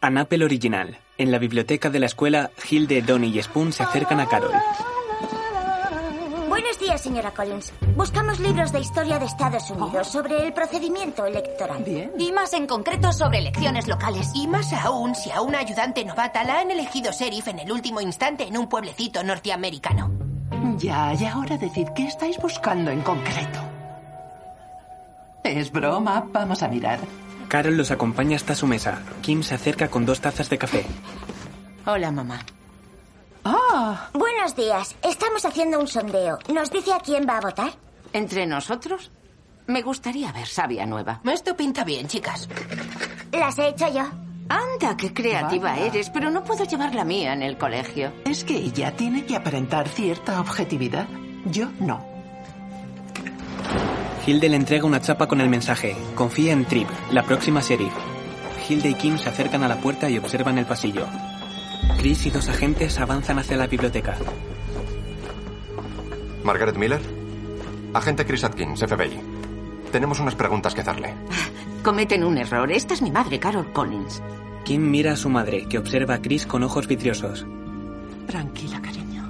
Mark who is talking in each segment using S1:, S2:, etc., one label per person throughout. S1: Annapel original. En la biblioteca de la escuela, Hilde, Donny y Spoon se acercan a Carol.
S2: Buenos días, señora Collins. Buscamos libros de historia de Estados Unidos sobre el procedimiento electoral.
S3: Bien.
S4: Y más en concreto sobre elecciones locales.
S3: Y más aún si a una ayudante novata la han elegido sheriff en el último instante en un pueblecito norteamericano.
S4: Ya, y ahora decid qué estáis buscando en concreto. Es broma, vamos a mirar.
S1: Carol los acompaña hasta su mesa. Kim se acerca con dos tazas de café.
S3: Hola, mamá.
S4: Ah,
S2: Buenos días. Estamos haciendo un sondeo. ¿Nos dice a quién va a votar?
S5: ¿Entre nosotros? Me gustaría ver Sabia Nueva.
S3: Esto pinta bien, chicas.
S2: Las he hecho yo.
S5: Anda, qué creativa
S4: Vaya.
S5: eres, pero no puedo llevar la mía en el colegio.
S4: es que ella tiene que aparentar cierta objetividad. Yo no.
S1: Hilde le entrega una chapa con el mensaje: Confía en Trip, la próxima sheriff. Hilde y Kim se acercan a la puerta y observan el pasillo. Chris y dos agentes avanzan hacia la biblioteca.
S6: Margaret Miller. Agente Chris Atkins, FBI. Tenemos unas preguntas que hacerle.
S5: Cometen un error. Esta es mi madre, Carol Collins.
S1: Kim mira a su madre, que observa a Chris con ojos vidriosos.
S5: Tranquila, cariño.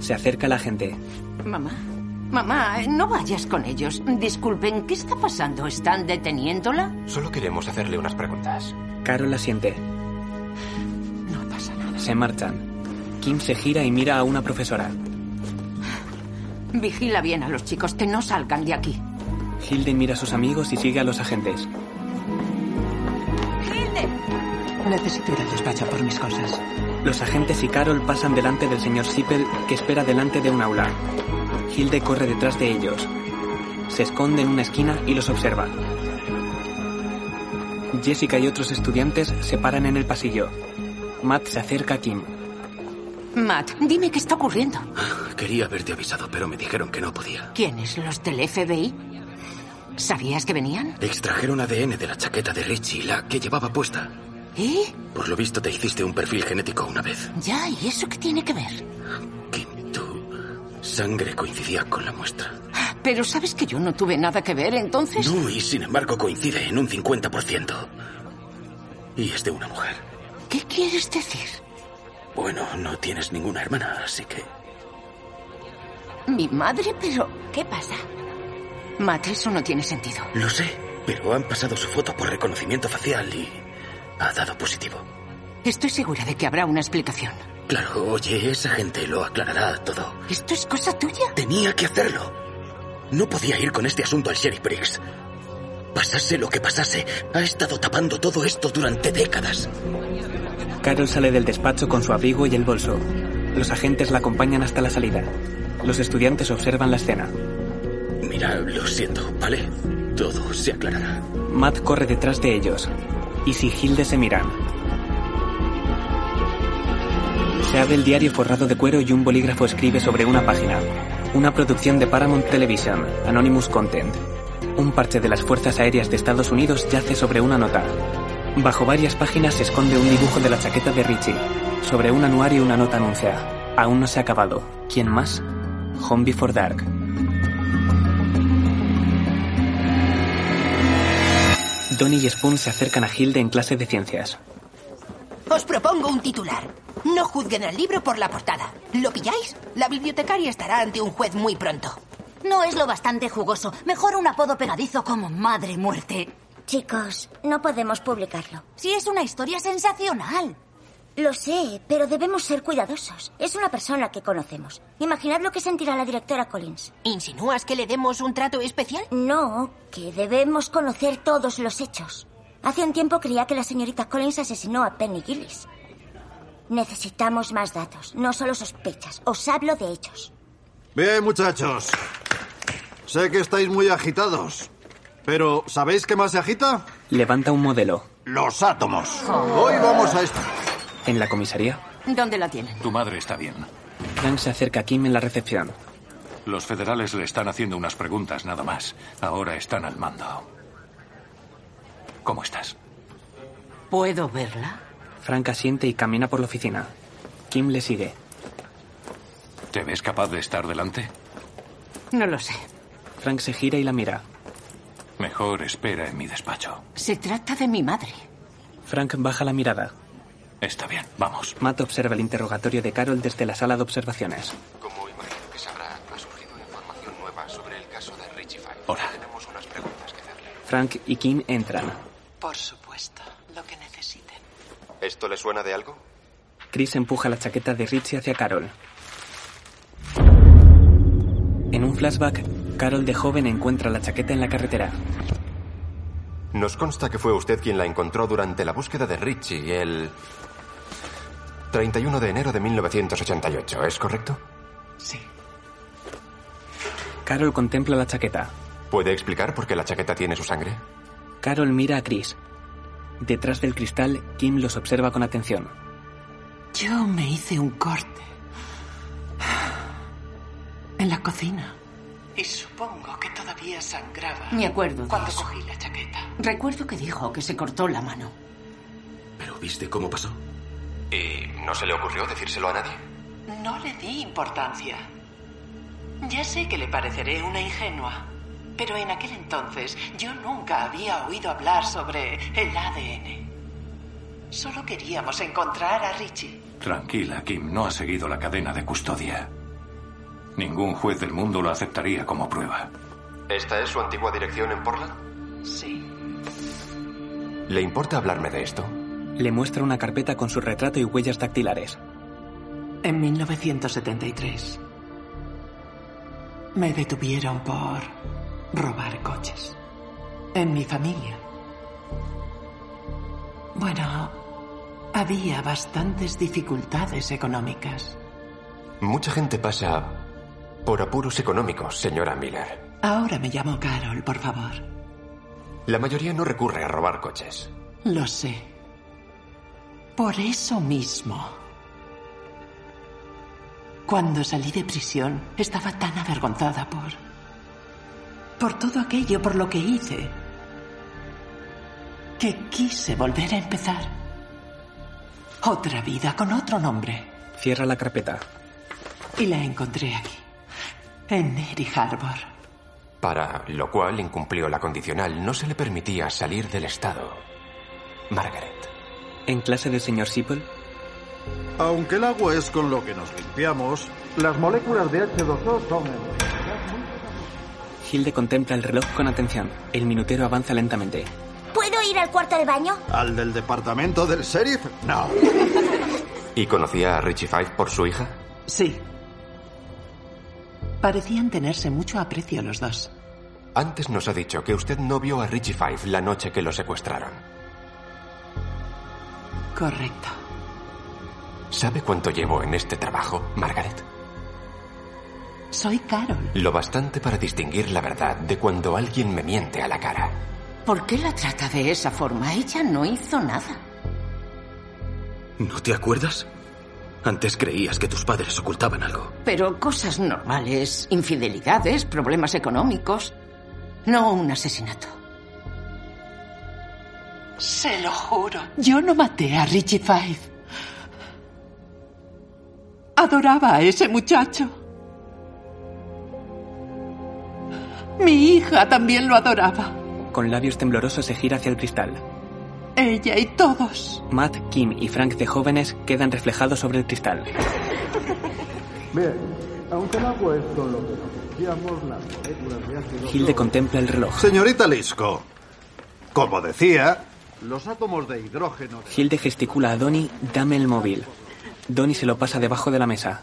S1: Se acerca la agente.
S5: Mamá. Mamá, eh, no vayas con ellos. Disculpen, ¿qué está pasando? ¿Están deteniéndola?
S6: Solo queremos hacerle unas preguntas.
S1: Carol asiente.
S5: No pasa nada.
S1: Se marchan. Kim se gira y mira a una profesora.
S5: Vigila bien a los chicos, que no salgan de aquí.
S1: Hilde mira a sus amigos y sigue a los agentes.
S4: Necesito ir al despacho por mis cosas.
S1: Los agentes y Carol pasan delante del señor Sippel, que espera delante de un aula. Hilde corre detrás de ellos. Se esconde en una esquina y los observa. Jessica y otros estudiantes se paran en el pasillo. Matt se acerca a Kim.
S5: Matt, dime qué está ocurriendo.
S7: Quería haberte avisado, pero me dijeron que no podía.
S5: ¿Quiénes? ¿Los del FBI? ¿Sabías que venían?
S7: Extrajeron ADN de la chaqueta de Richie, la que llevaba puesta.
S5: ¿Y?
S7: Por lo visto te hiciste un perfil genético una vez.
S5: Ya, ¿y eso qué tiene que ver?
S7: Kim, tu sangre coincidía con la muestra.
S5: Ah, Pero sabes que yo no tuve nada que ver, entonces...
S7: No, y sin embargo coincide en un 50%. Y es de una mujer.
S5: ¿Qué quieres decir?
S7: Bueno, no tienes ninguna hermana, así que...
S5: Mi madre, pero... ¿Qué pasa? Matt, eso no tiene sentido.
S7: Lo sé, pero han pasado su foto por reconocimiento facial y... ha dado positivo.
S5: Estoy segura de que habrá una explicación.
S7: Claro, oye, esa gente lo aclarará todo.
S5: ¿Esto es cosa tuya?
S7: Tenía que hacerlo. No podía ir con este asunto al sheriff Briggs. Pasase lo que pasase, ha estado tapando todo esto durante décadas.
S1: Carol sale del despacho con su abrigo y el bolso. Los agentes la acompañan hasta la salida. Los estudiantes observan la escena.
S7: Mira, lo siento, ¿vale? Todo se aclarará.
S1: Matt corre detrás de ellos. Y si Hilde se miran. Se abre el diario forrado de cuero y un bolígrafo escribe sobre una página. Una producción de Paramount Television, Anonymous Content. Un parche de las Fuerzas Aéreas de Estados Unidos yace sobre una nota. Bajo varias páginas se esconde un dibujo de la chaqueta de Richie. Sobre un anuario una nota anuncia. Aún no se ha acabado. ¿Quién más? Home Before Dark. Donnie y Spoon se acercan a Hilde en clase de ciencias.
S3: Os propongo un titular. No juzguen al libro por la portada. ¿Lo pilláis? La bibliotecaria estará ante un juez muy pronto.
S4: No es lo bastante jugoso. Mejor un apodo pegadizo como Madre Muerte.
S2: Chicos, no podemos publicarlo.
S4: Si es una historia sensacional.
S2: Lo sé, pero debemos ser cuidadosos. Es una persona que conocemos. Imaginad lo que sentirá la directora Collins.
S3: ¿Insinúas que le demos un trato especial?
S2: No, que debemos conocer todos los hechos. Hace un tiempo creía que la señorita Collins asesinó a Penny Gillis. Necesitamos más datos, no solo sospechas. Os hablo de hechos.
S8: Bien, muchachos. Sé que estáis muy agitados. Pero, ¿sabéis qué más se agita?
S1: Levanta un modelo.
S8: Los átomos. Hoy vamos a esto.
S1: En la comisaría,
S5: ¿Dónde la tienen?
S9: Tu madre está bien.
S1: Frank se acerca a Kim en la recepción.
S9: Los federales le están haciendo unas preguntas nada más. Ahora están al mando. ¿Cómo estás?
S5: ¿Puedo verla?
S1: Frank asiente y camina por la oficina. Kim le sigue.
S9: ¿Te ves capaz de estar delante?
S5: No lo sé.
S1: Frank se gira y la mira.
S9: Mejor espera en mi despacho.
S5: Se trata de mi madre.
S1: Frank baja la mirada.
S7: Está bien, vamos.
S1: Matt observa el interrogatorio de Carol desde la sala de observaciones.
S6: Como imagino que sabrá, ha surgido información nueva sobre el caso de Richie Five.
S7: Hola.
S6: Tenemos unas preguntas que hacerle.
S1: Frank y Kim entran.
S10: Por supuesto, lo que necesiten.
S6: ¿Esto le suena de algo?
S1: Chris empuja la chaqueta de Richie hacia Carol. En un flashback, Carol de joven encuentra la chaqueta en la carretera.
S6: Nos consta que fue usted quien la encontró durante la búsqueda de Richie el 31 de enero de 1988, ¿es correcto?
S10: Sí.
S1: Carol contempla la chaqueta.
S6: ¿Puede explicar por qué la chaqueta tiene su sangre?
S1: Carol mira a Chris. Detrás del cristal, Kim los observa con atención.
S10: Yo me hice un corte. En la cocina. Y supongo que todavía sangraba.
S5: Me acuerdo de
S10: Cuando
S5: eso.
S10: cogí la chaqueta.
S5: Recuerdo que dijo que se cortó la mano.
S11: Pero viste cómo pasó.
S6: ¿Y no se le ocurrió decírselo a nadie?
S10: No le di importancia. Ya sé que le pareceré una ingenua. Pero en aquel entonces yo nunca había oído hablar sobre el ADN. Solo queríamos encontrar a Richie.
S7: Tranquila, Kim, no ha seguido la cadena de custodia. Ningún juez del mundo lo aceptaría como
S6: Ah.
S7: prueba.
S6: ¿Esta es su antigua dirección en Portland?
S10: Sí.
S6: ¿Le importa hablarme de esto?
S1: Le muestra una carpeta con su retrato y huellas dactilares.
S10: En 1973 me detuvieron por robar coches. En mi familia. Bueno, había bastantes dificultades económicas.
S6: Mucha gente pasa por apuros económicos, señora Miller.
S10: Ahora me llamo Carol, por favor.
S6: La mayoría no recurre a robar coches.
S10: Lo sé. Por eso mismo. Cuando salí de prisión, estaba tan avergonzada por... por todo aquello, por lo que hice, que quise volver a empezar. Otra vida con otro nombre.
S1: Cierra la carpeta.
S10: Y la encontré aquí, en Erie Harbor.
S6: Para lo cual incumplió la condicional, no se le permitía salir del estado. Margaret.
S1: En clase del señor Sipple,
S8: Aunque el agua es con lo que nos limpiamos, las moléculas de H2O son...
S1: Hilde contempla el reloj con atención. El minutero avanza lentamente.
S2: ¿Puedo ir al cuarto del baño?
S8: ¿Al del departamento del sheriff? No.
S6: ¿Y conocía a Richie Five por su hija?
S10: Sí. Parecían tenerse mucho aprecio los dos.
S6: Antes nos ha dicho que usted no vio a Richie Five la noche que lo secuestraron.
S10: Correcto.
S6: ¿Sabe cuánto llevo en este trabajo, Margaret?
S10: Soy Carol.
S6: Lo bastante para distinguir la verdad de cuando alguien me miente a la cara.
S5: ¿Por qué la trata de esa forma? Ella no hizo nada.
S11: ¿No te acuerdas? Antes creías que tus padres ocultaban algo.
S5: Pero cosas normales, infidelidades, problemas económicos. No un asesinato.
S10: Se lo juro. Yo no maté a Richie Five. Adoraba a ese muchacho. Mi hija también lo adoraba.
S1: Con labios temblorosos se gira hacia el cristal.
S10: Ella y todos.
S1: Matt, Kim y Frank de jóvenes quedan reflejados sobre el cristal.
S8: Bien, aunque el agua es con lo que nos limpiamos, las moléculas de ácido...
S1: Hilde contempla el reloj.
S8: Señorita Lisco, como decía, los átomos de hidrógeno... de-
S1: Hilde gesticula a Donnie, dame el móvil. Donnie se lo pasa debajo de la mesa.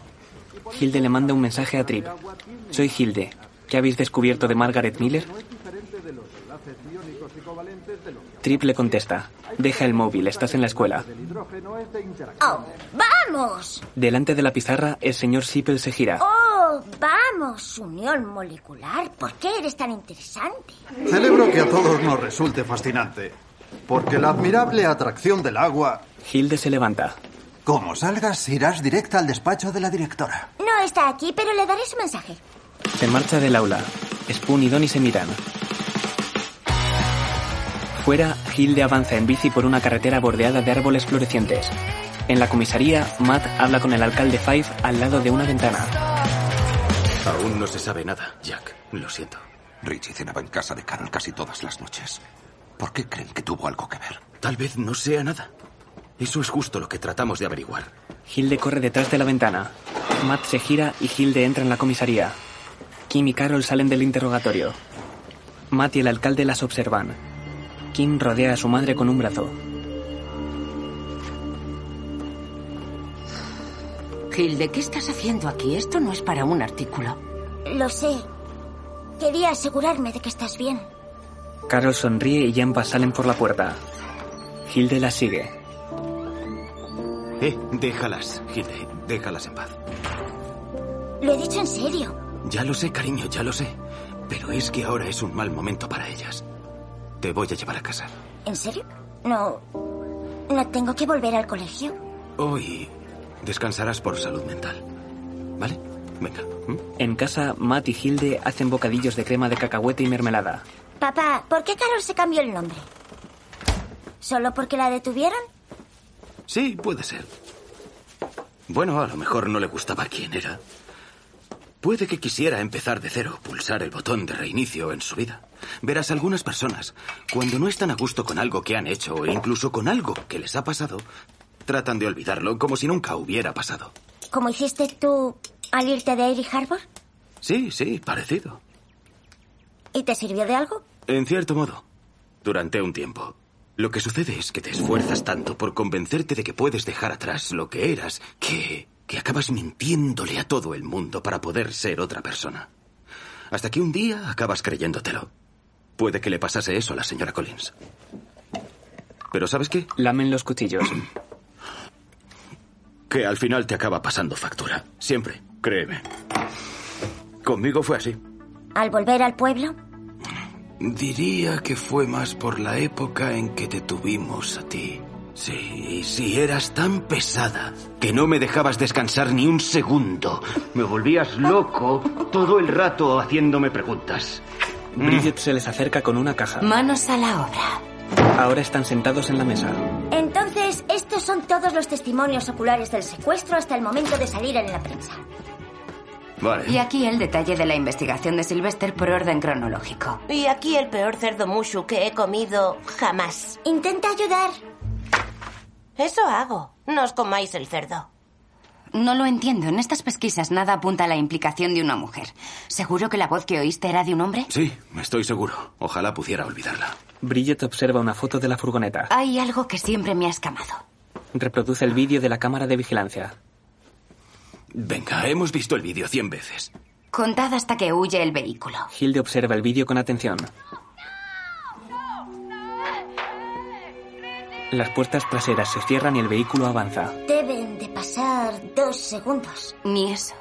S1: Hilde le manda un mensaje a Trip. Soy Hilde. ¿Qué habéis descubierto de Margaret Miller? Trip le contesta. Deja el móvil, estás en la escuela.
S2: ¡Oh, vamos!
S1: Delante de la pizarra, el señor Sipple se gira.
S2: ¡Oh, vamos! Unión molecular. ¿Por qué eres tan interesante?
S8: Celebro que a todos nos resulte fascinante, porque la admirable atracción del agua...
S1: Hilde se levanta.
S8: Como salgas, irás directa al despacho de la directora.
S2: No está aquí, pero le daré su mensaje.
S1: Se marcha del aula. Spoon y Donnie se miran. Fuera, Hilde avanza en bici por una carretera bordeada de árboles florecientes. En la comisaría, Matt habla con el alcalde Five al lado de una ventana.
S11: Aún no se sabe nada, Jack. Lo siento.
S12: Richie cenaba en casa de Carol casi todas las noches. ¿Por qué creen que tuvo algo que ver?
S11: Tal vez no sea nada.
S7: Eso es justo lo que tratamos de averiguar.
S1: Hilde corre detrás de la ventana. Matt se gira y Hilde entra en la comisaría. Kim y Carol salen del interrogatorio. Matt y el alcalde las observan. Kim rodea a su madre con un brazo.
S5: Hilde, ¿qué estás haciendo aquí? Esto no es para un artículo.
S2: Lo sé. Quería asegurarme de que estás bien.
S1: Carol sonríe y ambas salen por la puerta. Hilde la sigue.
S7: Eh, déjalas, Hilde, déjalas en paz.
S2: Lo he dicho en serio.
S7: Ya lo sé, cariño, ya lo sé. Pero es que ahora es un mal momento para ellas. Te voy a llevar a casa.
S2: ¿En serio? No. No tengo que volver al colegio.
S7: Hoy descansarás por salud mental. ¿Vale? Venga. ¿Mm? ¿m?
S1: En casa, Matt y Hilde hacen bocadillos de crema de cacahuete y mermelada.
S2: Papá, ¿por qué Carol se cambió el nombre? ¿Solo porque la detuvieron?
S7: Sí, puede ser. Bueno, a lo mejor no le gustaba quién era. Puede que quisiera empezar de cero, pulsar el botón de reinicio en su vida. Verás, algunas personas, cuando no están a gusto con algo que han hecho o incluso con algo que les ha pasado, tratan de olvidarlo como si nunca hubiera pasado.
S2: ¿Como hiciste tú al irte de Airy Harbor?
S7: Sí, sí, parecido.
S2: ¿Y te sirvió de algo?
S7: En cierto modo, durante un tiempo. Lo que sucede es que te esfuerzas tanto por convencerte de que puedes dejar atrás lo que eras que que acabas mintiéndole a todo el mundo para poder ser otra persona. Hasta que un día acabas creyéndotelo. Puede que le pasase eso a la señora Collins. Pero ¿sabes qué?
S1: Lamen los cuchillos.
S7: Que al final te acaba pasando factura. Siempre, créeme. Conmigo fue así.
S2: ¿Al volver al pueblo?
S13: Diría que fue más por la época en que te tuvimos a ti.
S7: Sí, sí, eras tan pesada que no me dejabas descansar ni un segundo. Me volvías loco todo el rato haciéndome preguntas.
S1: Mm. Bridget se les acerca con una caja.
S4: Manos a la obra.
S1: Ahora están sentados en la mesa.
S2: Entonces, estos son todos los testimonios oculares del secuestro hasta el momento de salir en la prensa.
S7: Vale.
S5: Y aquí el detalle de la investigación de Sylvester por orden cronológico.
S14: Y aquí el peor cerdo mushu que he comido jamás.
S2: Intenta ayudar.
S14: Eso hago. No os comáis el cerdo.
S5: No lo entiendo. En estas pesquisas nada apunta a la implicación de una mujer. ¿Seguro que la voz que oíste era de un hombre?
S7: Sí, estoy seguro. Ojalá pudiera olvidarla.
S1: Bridget observa una foto de la furgoneta.
S5: Hay algo que siempre me ha escamado.
S1: Reproduce el vídeo de la cámara de vigilancia.
S7: Venga, hemos visto el vídeo cien veces.
S5: Contad hasta que huye el vehículo.
S1: Hilde observa el vídeo con atención. Las puertas traseras se cierran y el vehículo avanza.
S2: Deben de pasar dos segundos.
S5: Ni eso.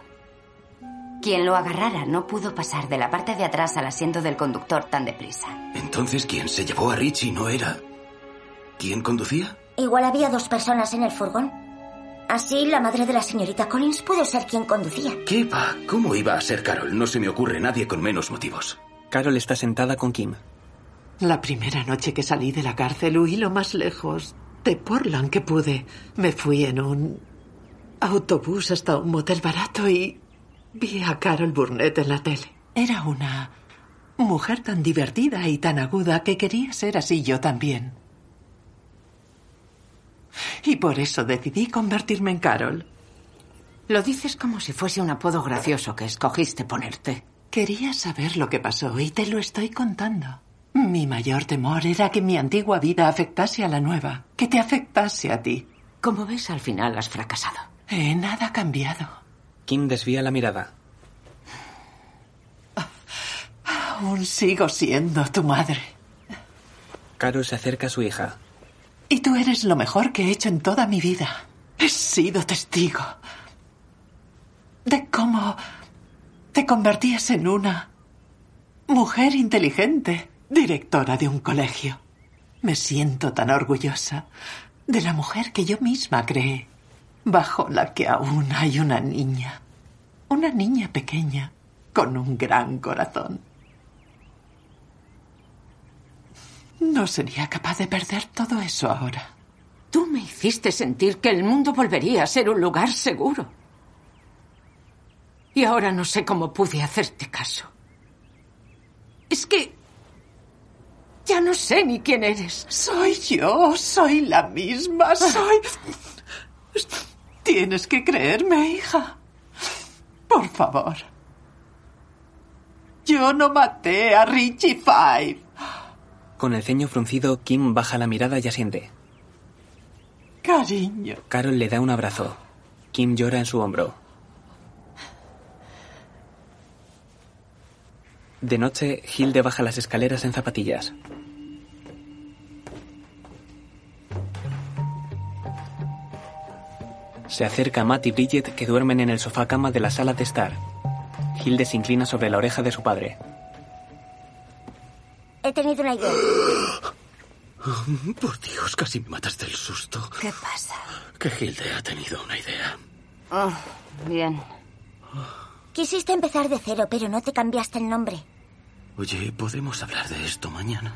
S5: Quien lo agarrara no pudo pasar de la parte de atrás al asiento del conductor tan deprisa.
S7: Entonces, quien se llevó a Richie no era. ¿Quién conducía?
S2: Igual había dos personas en el furgón. Así, la madre de la señorita Collins pudo ser quien conducía.
S7: ¿Qué va? ¿Cómo iba a ser Carol? No se me ocurre nadie con menos motivos.
S1: Carol está sentada con Kim.
S10: La primera noche que salí de la cárcel huí lo más lejos de Portland que pude. Me fui en un autobús hasta un motel barato y vi a Carol Burnett en la tele. Era una mujer tan divertida y tan aguda que quería ser así yo también. Y por eso decidí convertirme en Carol.
S5: Lo dices como si fuese un apodo gracioso que escogiste ponerte.
S10: Quería saber lo que pasó y te lo estoy contando. Mi mayor temor era que mi antigua vida afectase a la nueva, que te afectase a ti.
S5: Como ves, al final has fracasado.
S10: Eh, nada ha cambiado.
S1: Kim desvía la mirada.
S10: Aún sigo siendo tu madre.
S1: Caro se acerca a su hija.
S10: Y tú eres lo mejor que he hecho en toda mi vida. He sido testigo de cómo te convertías en una mujer inteligente directora de un colegio. Me siento tan orgullosa de la mujer que yo misma creé, bajo la que aún hay una niña, una niña pequeña, con un gran corazón. No sería capaz de perder todo eso ahora.
S5: Tú me hiciste sentir que el mundo volvería a ser un lugar seguro. Y ahora no sé cómo pude hacerte caso. Es que Ya no sé ni quién eres.
S10: Soy yo, soy la misma, soy...
S1: Ah.
S10: Tienes que creerme, hija. Por favor. Yo no maté a Richie Five.
S1: Con el ceño fruncido, Kim baja la mirada y asiente.
S10: Cariño.
S1: Carol le da un abrazo. Kim llora en su hombro. De noche, Hilde baja las escaleras en zapatillas. Se acerca a Matt y Bridget que duermen en el sofá cama de la sala de estar. Hilde se inclina sobre la oreja de su padre.
S2: He tenido una idea.
S7: Oh, Por Dios, casi me matas del susto.
S4: ¿Qué pasa?
S7: Que Hilde ha tenido una idea.
S5: Oh, bien.
S2: Quisiste empezar de cero, pero no te cambiaste el nombre.
S7: Oye, ¿podemos hablar de esto mañana?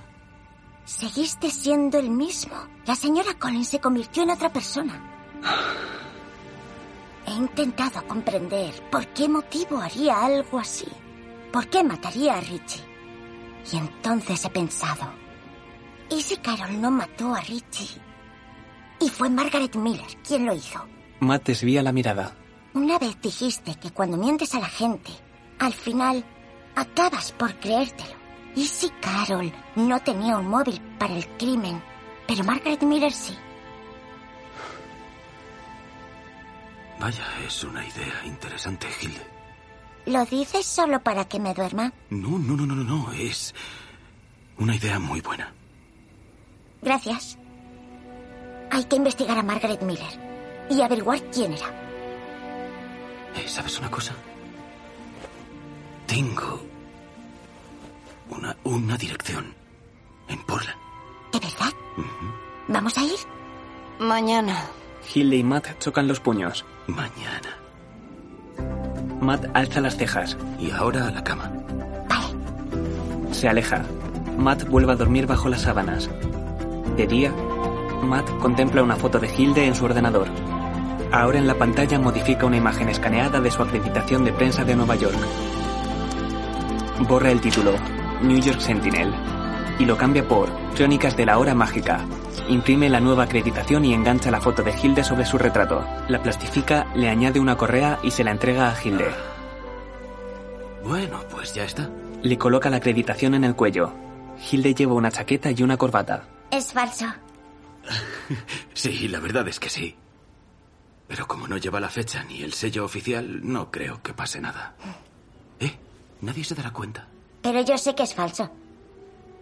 S2: Seguiste siendo el mismo. La señora Collins se convirtió en otra persona. He intentado comprender por qué motivo haría algo así. ¿Por qué mataría a Richie? Y entonces he pensado, ¿y si Carol no mató a Richie? Y fue Margaret Miller quien lo hizo.
S1: Matt desvía la mirada.
S2: Una vez dijiste que cuando mientes a la gente, al final acabas por creértelo. ¿Y si Carol no tenía un móvil para el crimen, pero Margaret Miller sí?
S7: Vaya, es una idea interesante, Hilde.
S2: ¿Lo dices solo para que me duerma?
S7: No, no, no, no, no, no. Es una idea muy buena.
S2: Gracias. Hay que investigar a Margaret Miller y averiguar quién era.
S7: Eh, ¿Sabes una cosa? Tengo una, una dirección en Porla.
S2: ¿De verdad? ¿Vamos a ir?
S5: Mañana.
S1: Hilde y Matt chocan los puños.
S7: Mañana.
S1: Matt alza las cejas.
S7: Y ahora a la cama.
S1: Se aleja. Matt vuelve a dormir bajo las sábanas. De día, Matt contempla una foto de Hilde en su ordenador. Ahora en la pantalla modifica una imagen escaneada de su acreditación de prensa de Nueva York. Borra el título, New York Sentinel, y lo cambia por Crónicas de la Hora Mágica. Imprime la nueva acreditación y engancha la foto de Hilde sobre su retrato. La plastifica, le añade una correa y se la entrega a Hilde.
S7: Bueno, Ah, pues ya está.
S1: Le coloca la acreditación en el cuello. Hilde lleva una chaqueta y una corbata.
S2: Es falso.
S7: Sí, la verdad es que sí. Pero como no lleva la fecha ni el sello oficial, no creo que pase nada. ¿Eh? Nadie se dará cuenta.
S2: Pero yo sé que es falso.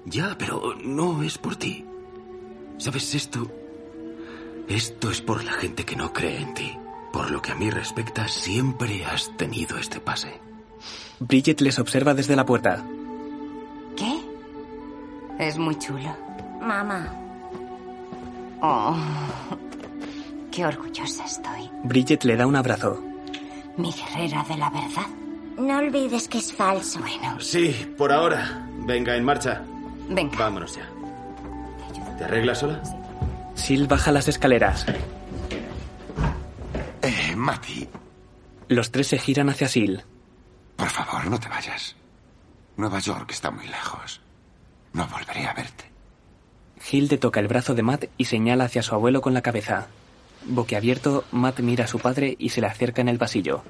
S7: Ya, pero no es por ti. ¿Sabes esto? Esto es por la gente que no cree en ti. Por lo que a mí respecta, siempre has tenido este pase.
S1: Bridget les observa desde la puerta.
S5: ¿Qué? Es muy chulo.
S2: Mamá,
S5: Oh, qué orgullosa estoy.
S1: Bridget le da un abrazo.
S5: Mi guerrera de la verdad.
S2: no olvides que es falso.
S5: Bueno.
S7: Sí, por ahora. Venga, en marcha.
S5: Venga.
S7: Vámonos ya. ¿Te arreglas sola?
S1: Sil baja las escaleras.
S15: Eh, Mati,
S1: Los tres se giran hacia Sil.
S15: por favor, no te vayas. Nueva York está muy lejos. No volveré a verte.
S1: Hilde toca el brazo de Matt y señala hacia su abuelo con la cabeza. Boquiabierto, Matt mira a su padre y se le acerca en el pasillo.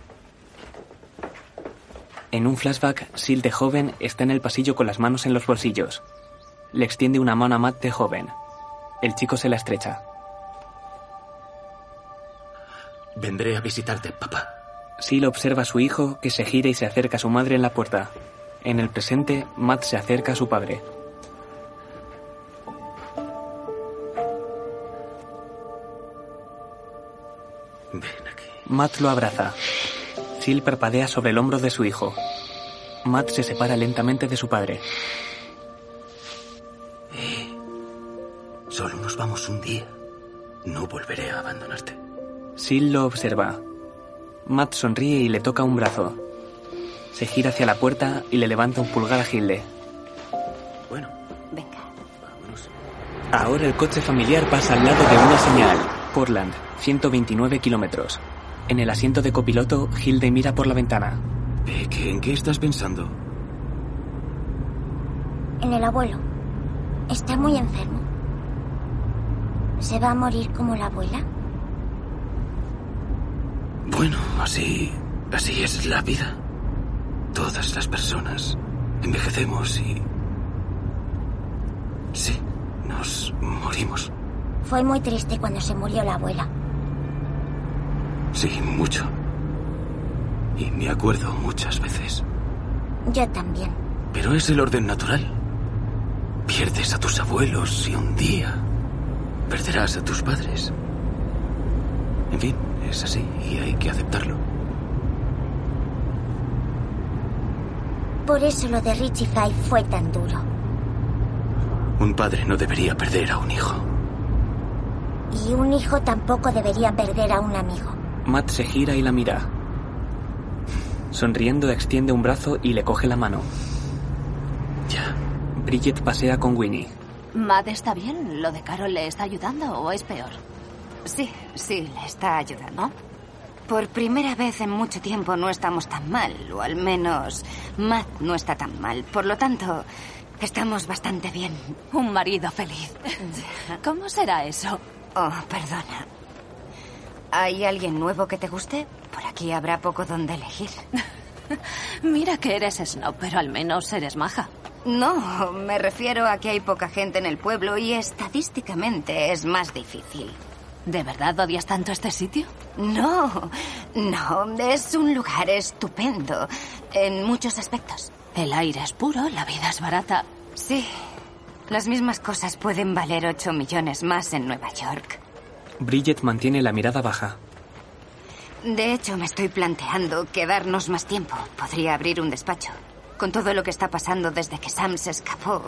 S1: En un flashback, Sil de joven está en el pasillo con las manos en los bolsillos. Le extiende una mano a Matt de joven. El chico se la estrecha.
S7: Vendré a visitarte, papá.
S1: Sil observa a su hijo que se gira y se acerca a su madre en la puerta. En el presente, Matt se acerca a su padre. Matt lo abraza. Sil parpadea sobre el hombro de su hijo. Matt se separa lentamente de su padre.
S7: Solo nos vamos un día. No volveré a abandonarte.
S1: Sil lo observa. Matt sonríe y le toca un brazo. Se gira hacia la puerta y le levanta un pulgar a Hilde.
S7: Bueno,
S1: Ahora el coche familiar pasa al lado de una señal. Portland, 129 kilómetros. En el asiento de copiloto, Hilde mira por la ventana.
S7: Eh, ¿qué- ¿En qué estás pensando?
S2: En el abuelo. Está muy enfermo. ¿Se va a morir como la abuela?
S7: Bueno, así. Así es la vida. Todas las personas envejecemos y. Sí, nos morimos.
S2: Fue muy triste cuando se murió la abuela.
S7: Sí, mucho. Y me acuerdo muchas veces.
S2: Yo también.
S7: Pero es el orden natural. Pierdes a tus abuelos y un día perderás a tus padres. En fin, es así y hay que aceptarlo.
S2: Por eso lo de Richie Five fue tan duro.
S7: Un padre no debería perder a un hijo.
S2: Y un hijo tampoco debería perder a un amigo.
S1: Matt se gira y la mira. Sonriendo extiende un brazo y le coge la mano.
S7: Ya.
S1: Bridget pasea con Winnie.
S5: Matt está bien. ¿Lo de Carol le está ayudando o es peor?
S4: Sí, sí, le está ayudando. Por primera vez en mucho tiempo no estamos tan mal, o al menos Matt no está tan mal. Por lo tanto, estamos bastante bien.
S5: Un marido feliz. ¿Cómo será eso?
S4: Oh, perdona. ¿Hay alguien nuevo que te guste? Por aquí habrá poco donde elegir.
S5: Mira que eres snob, pero al menos eres maja.
S4: No, me refiero a que hay poca gente en el pueblo y estadísticamente es más difícil.
S5: ¿De verdad odias tanto este sitio?
S4: No, no, es un lugar estupendo en muchos aspectos.
S5: El aire es puro, la vida es barata.
S4: Sí, las mismas cosas pueden valer 8 millones más en Nueva York.
S1: Bridget mantiene la mirada baja.
S4: De hecho, me estoy planteando quedarnos más tiempo. Podría abrir un despacho. Con todo lo que está pasando desde que Sam se escapó.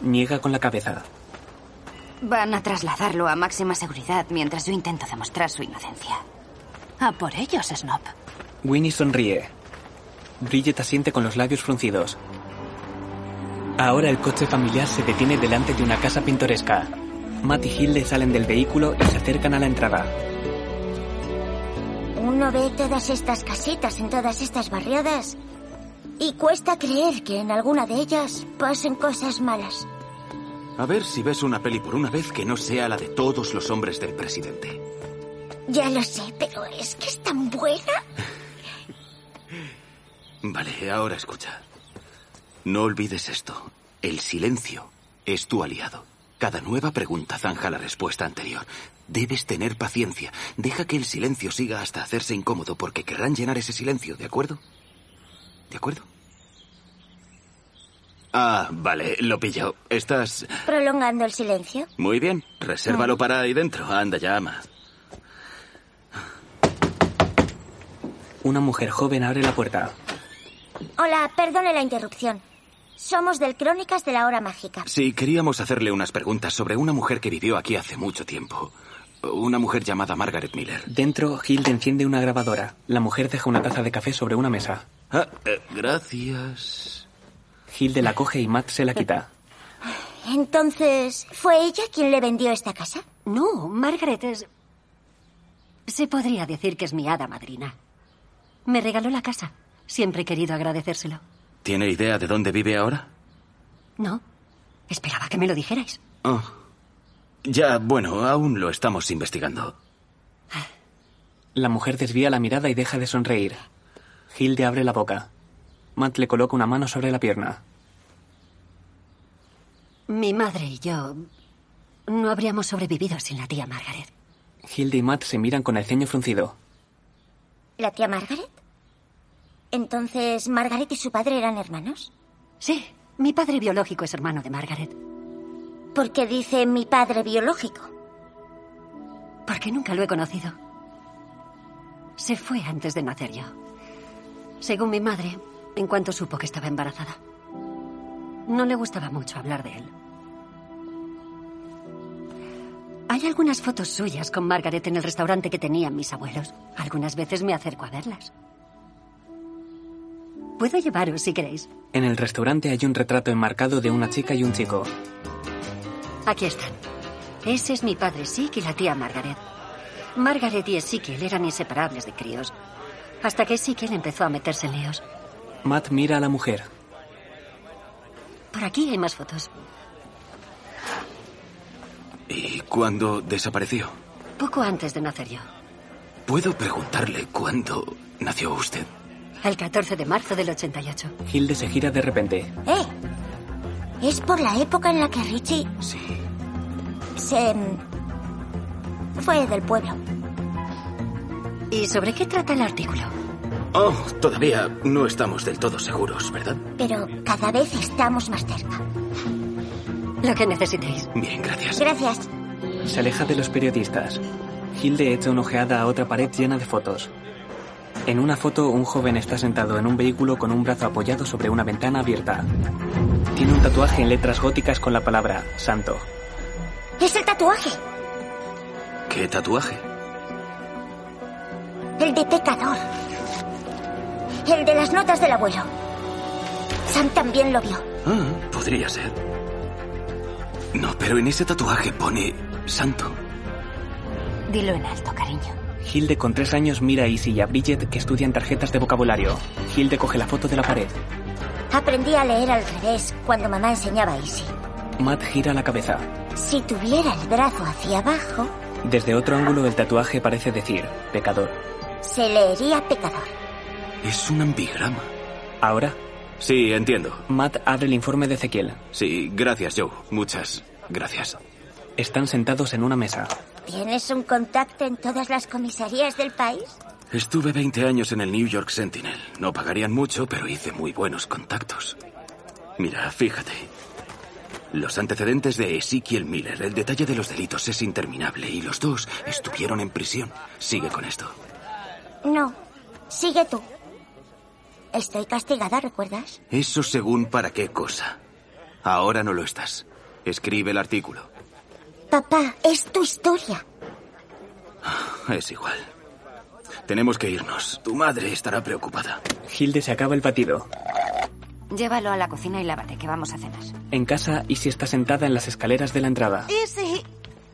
S1: Niega con la cabeza.
S4: Van a trasladarlo a máxima seguridad mientras yo intento demostrar su inocencia.
S5: A Ah, por ellos, Snob.
S1: Winnie sonríe. Bridget asiente con los labios fruncidos. Ahora el coche familiar se detiene delante de una casa pintoresca. Matt y Hilde salen del vehículo y se acercan a la entrada.
S2: Uno ve todas estas casitas en todas estas barriadas y cuesta creer que en alguna de ellas pasen cosas malas.
S7: A ver si ves una peli por una vez que no sea la de todos los hombres del presidente.
S2: Ya lo sé, pero es que es tan buena.
S7: Vale, ahora escucha. No olvides esto. El silencio es tu aliado. Cada nueva pregunta zanja la respuesta anterior. Debes tener paciencia. Deja que el silencio siga hasta hacerse incómodo porque querrán llenar ese silencio, ¿de acuerdo? ¿De acuerdo? Ah, vale, lo pillo. Estás...
S2: ¿Prolongando el silencio?
S7: Muy bien, resérvalo para ahí dentro. Anda, llama.
S1: Una mujer joven abre la puerta.
S2: Hola, perdone la interrupción. Somos del Crónicas de la Hora Mágica.
S7: Sí, queríamos hacerle unas preguntas sobre una mujer que vivió aquí hace mucho tiempo. Una mujer llamada Margaret Miller.
S1: Dentro, Hilde enciende una grabadora. La mujer deja una taza de café sobre una mesa.
S7: Ah, eh, gracias.
S1: Hilde la coge y Matt se la quita.
S2: Entonces, ¿fue ella quien le vendió esta casa?
S16: No, Margaret es... Se podría decir que es mi hada madrina. Me regaló la casa. Siempre he querido agradecérselo.
S7: ¿Tiene idea de dónde vive ahora?
S16: No. Esperaba que me lo dijerais.
S7: Oh. Ya, bueno, aún lo estamos investigando.
S1: La mujer desvía la mirada y deja de sonreír. Hilde abre la boca. Matt le coloca una mano sobre la pierna.
S16: Mi madre y yo no habríamos sobrevivido sin la tía Margaret.
S1: Hilde y Matt se miran con el ceño fruncido.
S2: ¿La tía Margaret? Entonces, ¿Margaret y su padre eran hermanos?
S16: Sí, mi padre biológico es hermano de Margaret.
S2: ¿Por qué dice mi padre biológico?
S16: Porque nunca lo he conocido. Se fue antes de nacer yo. Según mi madre, en cuanto supo que estaba embarazada. No le gustaba mucho hablar de él. Hay algunas fotos suyas con Margaret en el restaurante que tenían mis abuelos. Algunas veces me acerco a verlas. Puedo llevaros si queréis.
S1: En el restaurante hay un retrato enmarcado de una chica y un chico.
S16: Aquí están. Ese es mi padre Sick y la tía Margaret. Margaret y Ezekiel eran inseparables de críos. Hasta que Ezekiel empezó a meterse en líos.
S1: Matt mira a la mujer.
S16: Por aquí hay más fotos.
S7: cuando desapareció.
S16: Poco antes de nacer yo.
S7: ¿Puedo preguntarle cuándo nació usted?
S16: El 14 de marzo del 88.
S1: Hilde se gira de repente.
S2: ¡Eh! Es por la época en la que Richie. Se. em, fue del pueblo.
S16: ¿Y sobre qué trata el artículo?
S7: Oh, todavía no estamos del todo seguros, ¿verdad?
S2: Pero cada vez estamos más cerca.
S16: Lo que necesitéis.
S7: Bien, gracias.
S2: Gracias.
S1: Se aleja de los periodistas. Hilde echa una ojeada a otra pared llena de fotos. En una foto, un joven está sentado en un vehículo con un brazo apoyado sobre una ventana abierta. Tiene un tatuaje en letras góticas con la palabra santo.
S2: ¡Es el tatuaje!
S7: ¿Qué tatuaje?
S2: El de pecador. El de las notas del abuelo. Sam también lo vio.
S7: Ah, podría ser. No, pero en ese tatuaje pone santo.
S4: Dilo en alto, cariño.
S1: Hilde con tres años mira a Izzy y a Bridget que estudian tarjetas de vocabulario. Hilde coge la foto de la pared.
S2: Aprendí a leer al revés cuando mamá enseñaba a Izzy.
S1: Matt gira la cabeza.
S2: Si tuviera el brazo hacia abajo,
S1: Desde otro ángulo el tatuaje parece decir, pecador.
S2: se leería pecador.
S7: Es un ambigrama.
S1: ¿Ahora?
S7: Sí, entiendo.
S1: Matt abre el informe de Ezequiel.
S7: Sí, gracias, Joe. Muchas gracias.
S1: Están sentados en una mesa.
S2: ¿Tienes un contacto en todas las comisarías del país?
S7: Estuve 20 años en el New York Sentinel. No pagarían mucho, pero hice muy buenos contactos. Mira, fíjate. Los antecedentes de Ezekiel Miller, el detalle de los delitos es interminable y los dos estuvieron en prisión. Sigue con esto.
S2: No. Sigue tú. Estoy castigada, ¿recuerdas?
S7: Eso según para qué cosa. Ahora no lo estás. Escribe el artículo.
S2: Papá, es tu historia.
S7: Es igual. Tenemos que irnos. Tu madre estará preocupada.
S1: Hilde se acaba el batido.
S4: Llévalo a la cocina y lávate, que vamos a cenar.
S1: En casa, Izzy está sentada en las escaleras de la entrada.
S4: ¿Y si...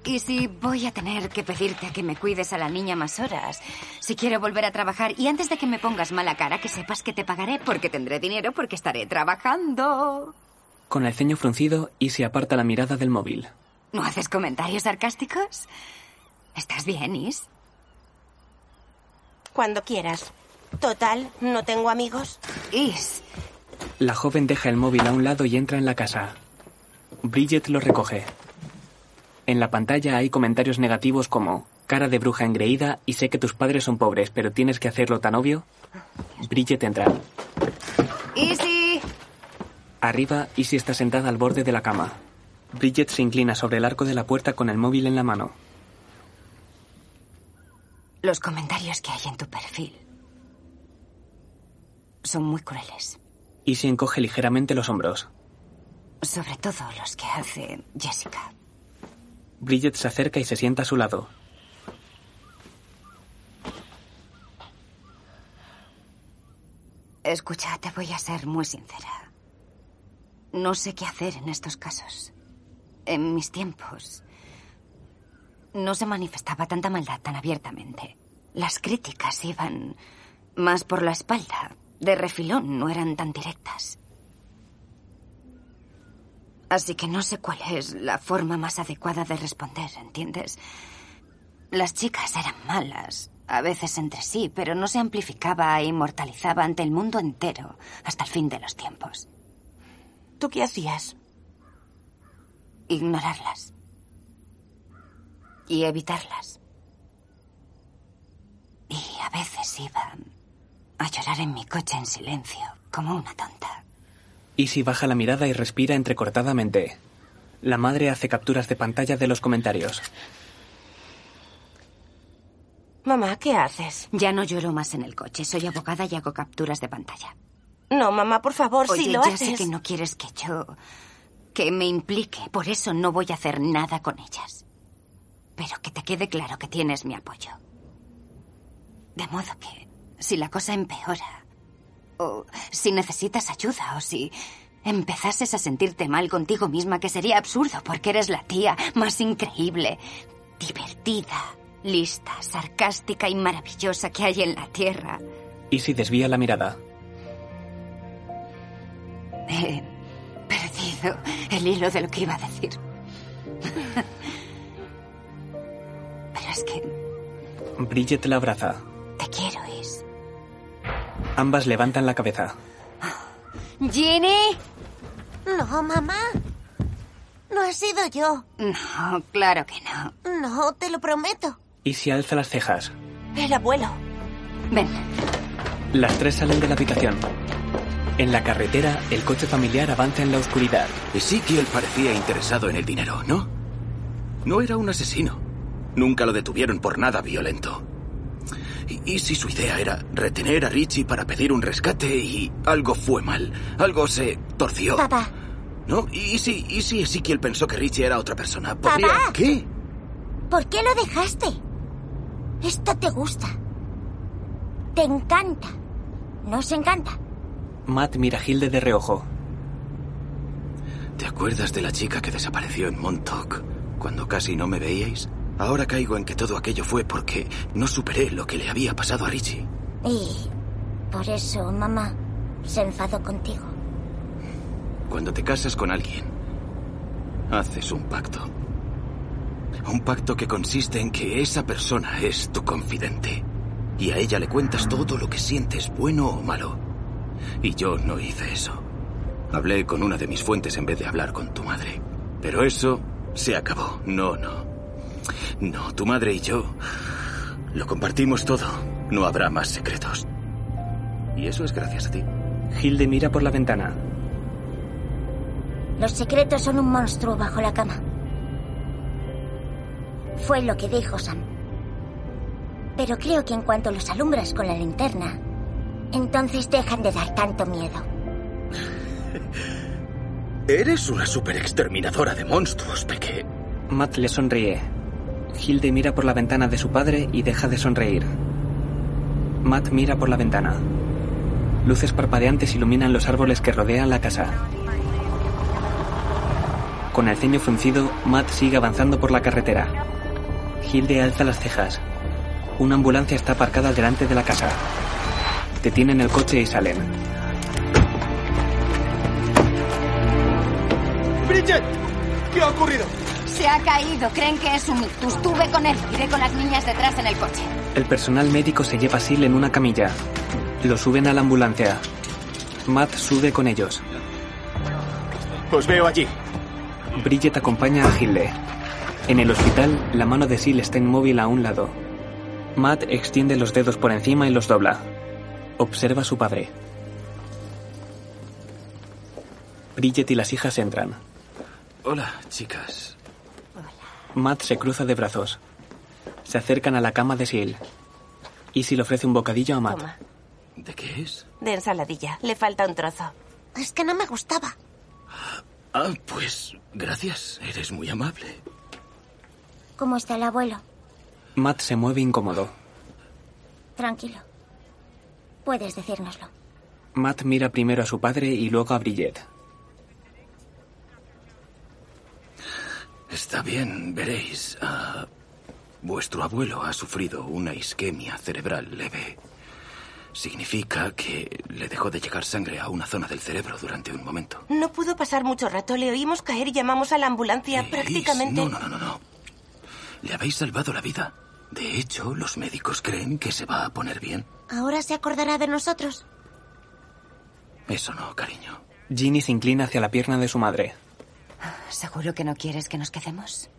S4: ¿Y si voy a tener que pedirte que me cuides a la niña más horas? Si quiero volver a trabajar y antes de que me pongas mala cara, que sepas que te pagaré porque tendré dinero porque estaré trabajando.
S1: Con el ceño fruncido, Izzy aparta la mirada del móvil.
S4: ¿No haces comentarios sarcásticos? ¿Estás bien, Is?
S14: Cuando quieras. Total, no tengo amigos.
S4: Is.
S1: La joven deja el móvil a un lado y entra en la casa. Bridget lo recoge. En la pantalla hay comentarios negativos como cara de bruja engreída y sé que tus padres son pobres, pero tienes que hacerlo tan obvio. Bridget entra.
S4: Easy.
S1: Arriba, Izzy está sentada al borde de la cama. Bridget se inclina sobre el arco de la puerta con el móvil en la mano.
S4: Los comentarios que hay en tu perfil son muy crueles.
S1: Izzy encoge ligeramente los hombros.
S4: Sobre todo los que hace Jessica.
S1: Bridget se acerca y se sienta a su lado.
S4: Escucha, te voy a ser muy sincera. No sé qué hacer en estos casos. En mis tiempos no se manifestaba tanta maldad tan abiertamente. Las críticas iban más por la espalda, de refilón, no eran tan directas. Así que no sé cuál es la forma más adecuada de responder, ¿entiendes? Las chicas eran malas, a veces entre sí, pero no se amplificaba e inmortalizaba ante el mundo entero hasta el fin de los tiempos.
S14: ¿Tú qué hacías?
S4: Ignorarlas. Y evitarlas. Y a veces iba a llorar en mi coche en silencio, como una tonta.
S1: Izzy baja la mirada y respira entrecortadamente. La madre hace capturas de pantalla de los comentarios.
S14: Mamá, ¿qué haces?
S4: Ya no lloro más en el coche. Soy abogada y hago capturas de pantalla.
S14: No, mamá, por favor,
S4: Oye,
S14: si lo
S4: ya
S14: haces.
S4: sé que no quieres que yo... que me implique. Por eso no voy a hacer nada con ellas. Pero que te quede claro que tienes mi apoyo. De modo que, si la cosa empeora, o si necesitas ayuda, o si empezases a sentirte mal contigo misma, que sería absurdo porque eres la tía más increíble, divertida, lista, sarcástica y maravillosa que hay en la Tierra.
S1: Izzy desvía la mirada.
S4: He perdido el hilo de lo que iba a decir. es que
S1: Bridget la abraza.
S4: te quiero, Is.
S1: Ambas levantan la cabeza.
S4: ¡Ginny!
S14: No, mamá. No he sido yo.
S4: No, claro que no.
S14: No, te lo prometo.
S1: Y se alza las cejas.
S14: El abuelo.
S4: Ven.
S1: Las tres salen de la habitación. En la carretera, el coche familiar avanza en la oscuridad.
S7: Ezekiel parecía interesado en el dinero, ¿no? No era un asesino. Nunca lo detuvieron por nada violento. Y, y si su idea era retener a Richie para pedir un rescate y algo fue mal, algo se torció.
S2: Papá,
S7: ¿No? ¿Y si, y si Ezekiel pensó que Richie era otra persona? ¿Podría... ¿Qué?
S2: ¿por qué lo dejaste? Esto te gusta. Te encanta. Nos encanta.
S1: Matt mira a Hilde de reojo.
S7: ¿Te acuerdas de la chica que desapareció en Montauk cuando casi no me veíais? Ahora caigo en que todo aquello fue porque no superé lo que le había pasado a Richie.
S2: Y por eso mamá se enfadó contigo.
S7: Cuando te casas con alguien, haces un pacto. Un pacto que consiste en que esa persona es tu confidente. Y a ella le cuentas todo lo que sientes, bueno o malo. Y yo no hice eso. Hablé con una de mis fuentes en vez de hablar con tu madre. Pero eso se acabó. No, no. No, tu madre y yo lo compartimos todo. No habrá más secretos. Y eso es gracias a ti.
S1: Hilde mira por la ventana.
S2: Los secretos son un monstruo bajo la cama. Fue lo que dijo Sam. Pero creo que en cuanto los alumbras con la linterna, entonces dejan de dar tanto miedo.
S7: Eres una super exterminadora de monstruos, Peque.
S1: Matt le sonríe. Hilde mira por la ventana de su padre y deja de sonreír. Matt mira por la ventana. Luces parpadeantes iluminan los árboles que rodean la casa. Con el ceño fruncido, Matt sigue avanzando por la carretera. Hilde alza las cejas. Una ambulancia está aparcada delante de la casa. Detienen el coche y salen.
S17: ¡Bridget! ¿Qué ha ocurrido?
S4: Se ha caído. Creen que es un ictus. Tuve con él. Iré con las niñas detrás en el coche.
S1: El personal médico se lleva a Sil en una camilla. Lo suben a la ambulancia. Matt sube con ellos.
S17: Os veo allí.
S1: Bridget acompaña a Hilde. En el hospital, la mano de Sil está inmóvil a un lado. Matt extiende los dedos por encima y los dobla. Observa a su padre. Bridget y las hijas entran.
S7: Hola, chicas.
S1: Matt se cruza de brazos. Se acercan a la cama de Sil. Y Sil ofrece un bocadillo a Matt.
S14: Toma.
S7: ¿De qué es?
S14: De ensaladilla. Le falta un trozo. Es que no me gustaba.
S7: Ah, pues gracias. Eres muy amable.
S2: ¿Cómo está el abuelo?
S1: Matt se mueve incómodo.
S2: Tranquilo. Puedes decírnoslo.
S1: Matt mira primero a su padre y luego a Bridget.
S7: Está bien, veréis. ah, vuestro abuelo ha sufrido una isquemia cerebral leve. Significa que le dejó de llegar sangre a una zona del cerebro durante un momento.
S14: No pudo pasar mucho rato. Le oímos caer y llamamos a la ambulancia prácticamente.
S7: No, no, no, no, no. Le habéis salvado la vida. De hecho, los médicos creen que se va a poner bien.
S14: Ahora se acordará de nosotros.
S7: Eso no, cariño.
S1: Ginny se inclina hacia la pierna de su madre.
S4: ¿Seguro que no quieres que nos quedemos?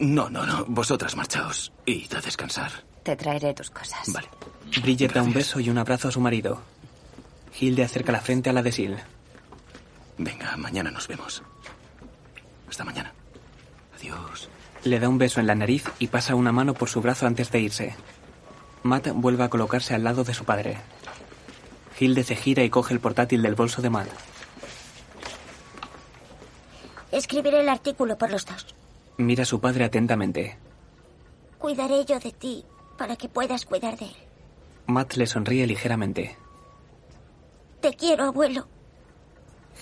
S7: No, no, no. Vosotras marchaos. Id a descansar.
S4: Te traeré tus cosas.
S7: Vale.
S1: Bridget da un beso y un abrazo a su marido. Hilde acerca la frente a la de Sil.
S7: Venga, mañana nos vemos. Hasta mañana. Adiós.
S1: Le da un beso en la nariz y pasa una mano por su brazo antes de irse. Matt vuelve a colocarse al lado de su padre. Hilde se gira y coge el portátil del bolso de Matt.
S2: Escribiré el artículo por los dos.
S1: Mira a su padre atentamente.
S2: Cuidaré yo de ti para que puedas cuidar de él.
S1: Matt le sonríe ligeramente.
S2: Te quiero, abuelo.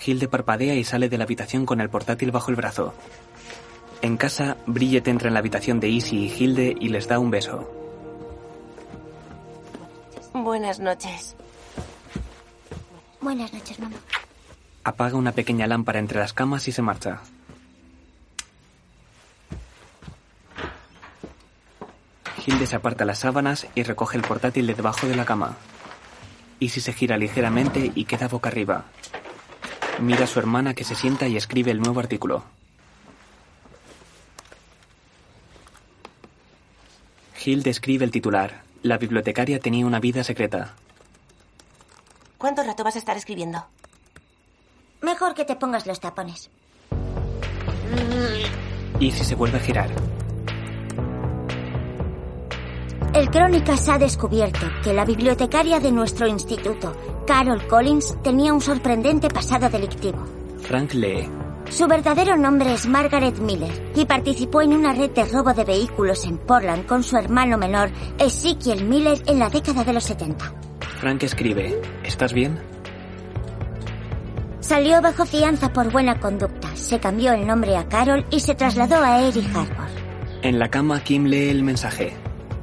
S1: Hilde parpadea y sale de la habitación con el portátil bajo el brazo. En casa, Bridget entra en la habitación de Izzy y Hilde y les da un beso.
S14: Buenas noches.
S2: Buenas noches, mamá.
S1: Apaga una pequeña lámpara entre las camas y se marcha. Hilde aparta las sábanas y recoge el portátil de debajo de la cama. Izzy se gira ligeramente y queda boca arriba. Mira a su hermana que se sienta y escribe el nuevo artículo. Hilde escribe el titular. La bibliotecaria tenía una vida secreta.
S14: ¿Cuánto rato vas a estar escribiendo?
S2: Mejor que te pongas los tapones.
S1: Izzy se vuelve a girar.
S2: El Crónicas ha descubierto que la bibliotecaria de nuestro instituto, Carol Collins, tenía un sorprendente pasado delictivo.
S1: Frank lee.
S2: Su verdadero nombre es Margaret Miller y participó en una red de robo de vehículos en Portland con su hermano menor, Ezekiel Miller, en la década de los 70.
S1: Frank escribe. ¿Estás bien?
S2: Salió bajo fianza por buena conducta, se cambió el nombre a Carol y se trasladó a Erie Harbor.
S1: En la cama, Kim lee el mensaje.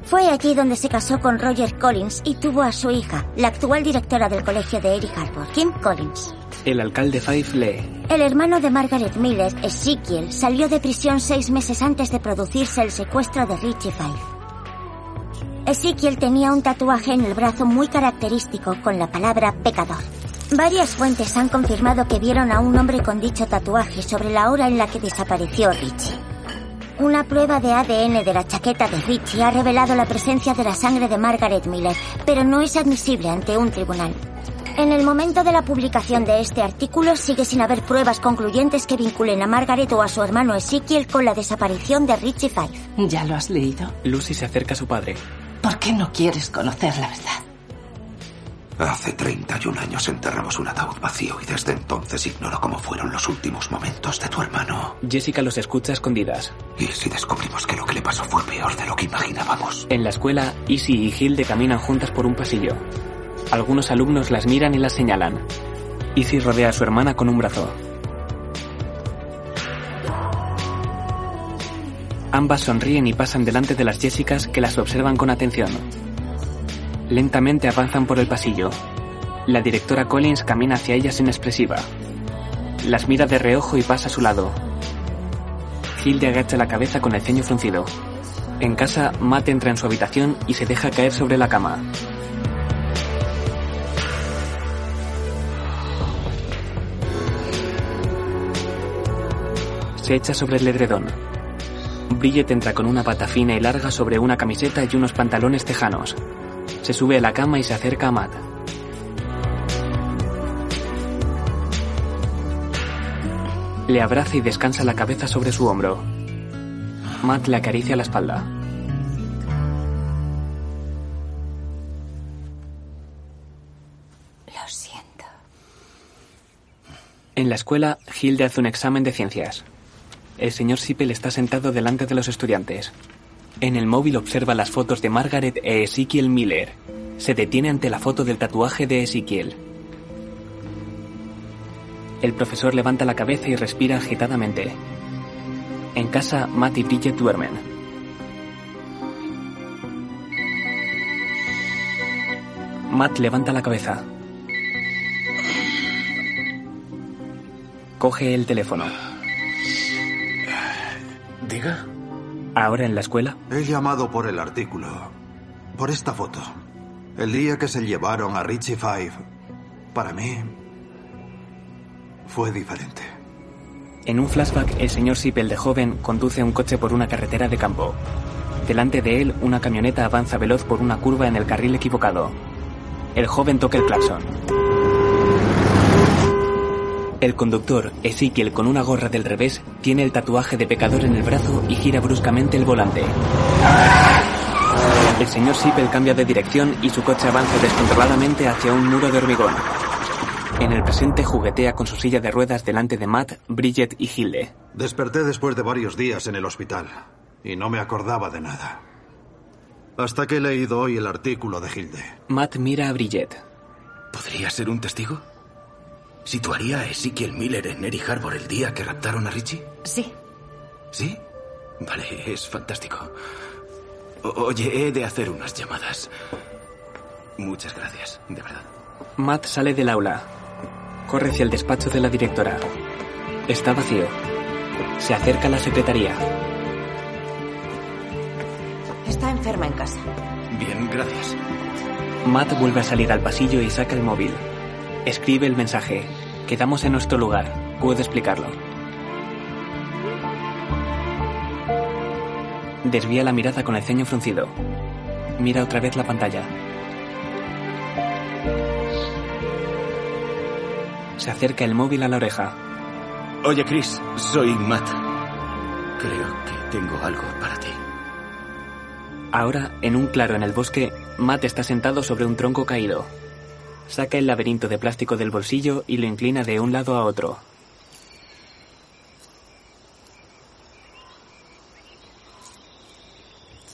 S2: Fue allí donde se casó con Roger Collins y tuvo a su hija, la actual directora del colegio de Erie Harbor, Kim Collins.
S1: El alcalde Fife lee.
S2: El hermano de Margaret Miller, Ezekiel, salió de prisión seis meses antes de producirse el secuestro de Richie Fife. Ezekiel tenía un tatuaje en el brazo muy característico con la palabra pecador. Varias fuentes han confirmado que vieron a un hombre con dicho tatuaje sobre la hora en la que desapareció Richie. Una prueba de ADN de la chaqueta de Richie ha revelado la presencia de la sangre de Margaret Miller, pero no es admisible ante un tribunal. En el momento de la publicación de este artículo sigue sin haber pruebas concluyentes que vinculen a Margaret o a su hermano Ezekiel con la desaparición de Richie Fife.
S5: ¿Ya lo has leído?
S1: Lucy se acerca a su padre.
S5: ¿Por qué no quieres conocer la verdad?
S13: Hace 31 años enterramos un ataúd vacío y desde entonces ignoro cómo fueron los últimos momentos de tu hermano.
S1: Jessica los escucha a escondidas.
S13: Y si descubrimos que lo que le pasó fue peor de lo que imaginábamos.
S1: En la escuela, Izzy y Hilde caminan juntas por un pasillo. Algunos alumnos las miran y las señalan. Izzy rodea a su hermana con un brazo. Ambas sonríen y pasan delante de las Jessicas que las observan con atención. Lentamente avanzan por el pasillo. La directora Collins camina hacia ellas inexpresiva. Las mira de reojo y pasa a su lado. Hilde agacha la cabeza con el ceño fruncido. En casa, Matt entra en su habitación y se deja caer sobre la cama. Se echa sobre el edredón. Bridget entra con una bata fina y larga sobre una camiseta y unos pantalones tejanos. Se sube a la cama y se acerca a Matt. Le abraza y descansa la cabeza sobre su hombro. Matt le acaricia la espalda.
S4: Lo siento.
S1: En la escuela, Hilde hace un examen de ciencias. El señor Sippel está sentado delante de los estudiantes. En el móvil observa las fotos de Margaret e Ezekiel Miller. Se detiene ante la foto del tatuaje de Ezekiel. El profesor levanta la cabeza y respira agitadamente. En casa, Matt y Bridget duermen. Matt levanta la cabeza. Coge el teléfono.
S9: Diga.
S1: Ahora en la escuela,
S8: He llamado por el artículo. Por esta foto. El día que se llevaron a Richie Five. Para mí. Fue diferente.
S1: en un flashback, el señor Sippel de joven conduce un coche por una carretera de campo. Delante de él, una camioneta avanza veloz por una curva en el carril equivocado. El joven toca el claxon. El conductor, Ezekiel con una gorra del revés, tiene el tatuaje de pecador en el brazo y gira bruscamente el volante. El señor Sippel cambia de dirección y su coche avanza descontroladamente hacia un muro de hormigón. En el presente juguetea con su silla de ruedas delante de Matt, Bridget y Hilde.
S8: Desperté después de varios días en el hospital y no me acordaba de nada. Hasta que he leído hoy el artículo de Hilde.
S1: Matt mira a Bridget.
S7: ¿Podría ser un testigo? ¿Situaría a Ezekiel Miller en Erie Harbor el día que raptaron a Richie?
S4: Sí.
S7: ¿Sí? Vale, es fantástico. O- oye, he de hacer unas llamadas. Muchas gracias, de verdad.
S1: Matt sale del aula. Corre hacia el despacho de la directora. Está vacío. Se acerca a la secretaría.
S14: Está enferma en casa.
S7: Bien, gracias.
S1: Matt vuelve a salir al pasillo y saca el móvil. Escribe el mensaje. Quedamos en nuestro lugar. Puedo explicarlo. Desvía la mirada con el ceño fruncido. Mira otra vez la pantalla. Se acerca el móvil a la oreja.
S7: Oye, Chris, soy Matt. Creo que tengo algo para ti.
S1: Ahora, en un claro en el bosque, Matt está sentado sobre un tronco caído. Saca el laberinto de plástico del bolsillo y lo inclina de un lado a otro.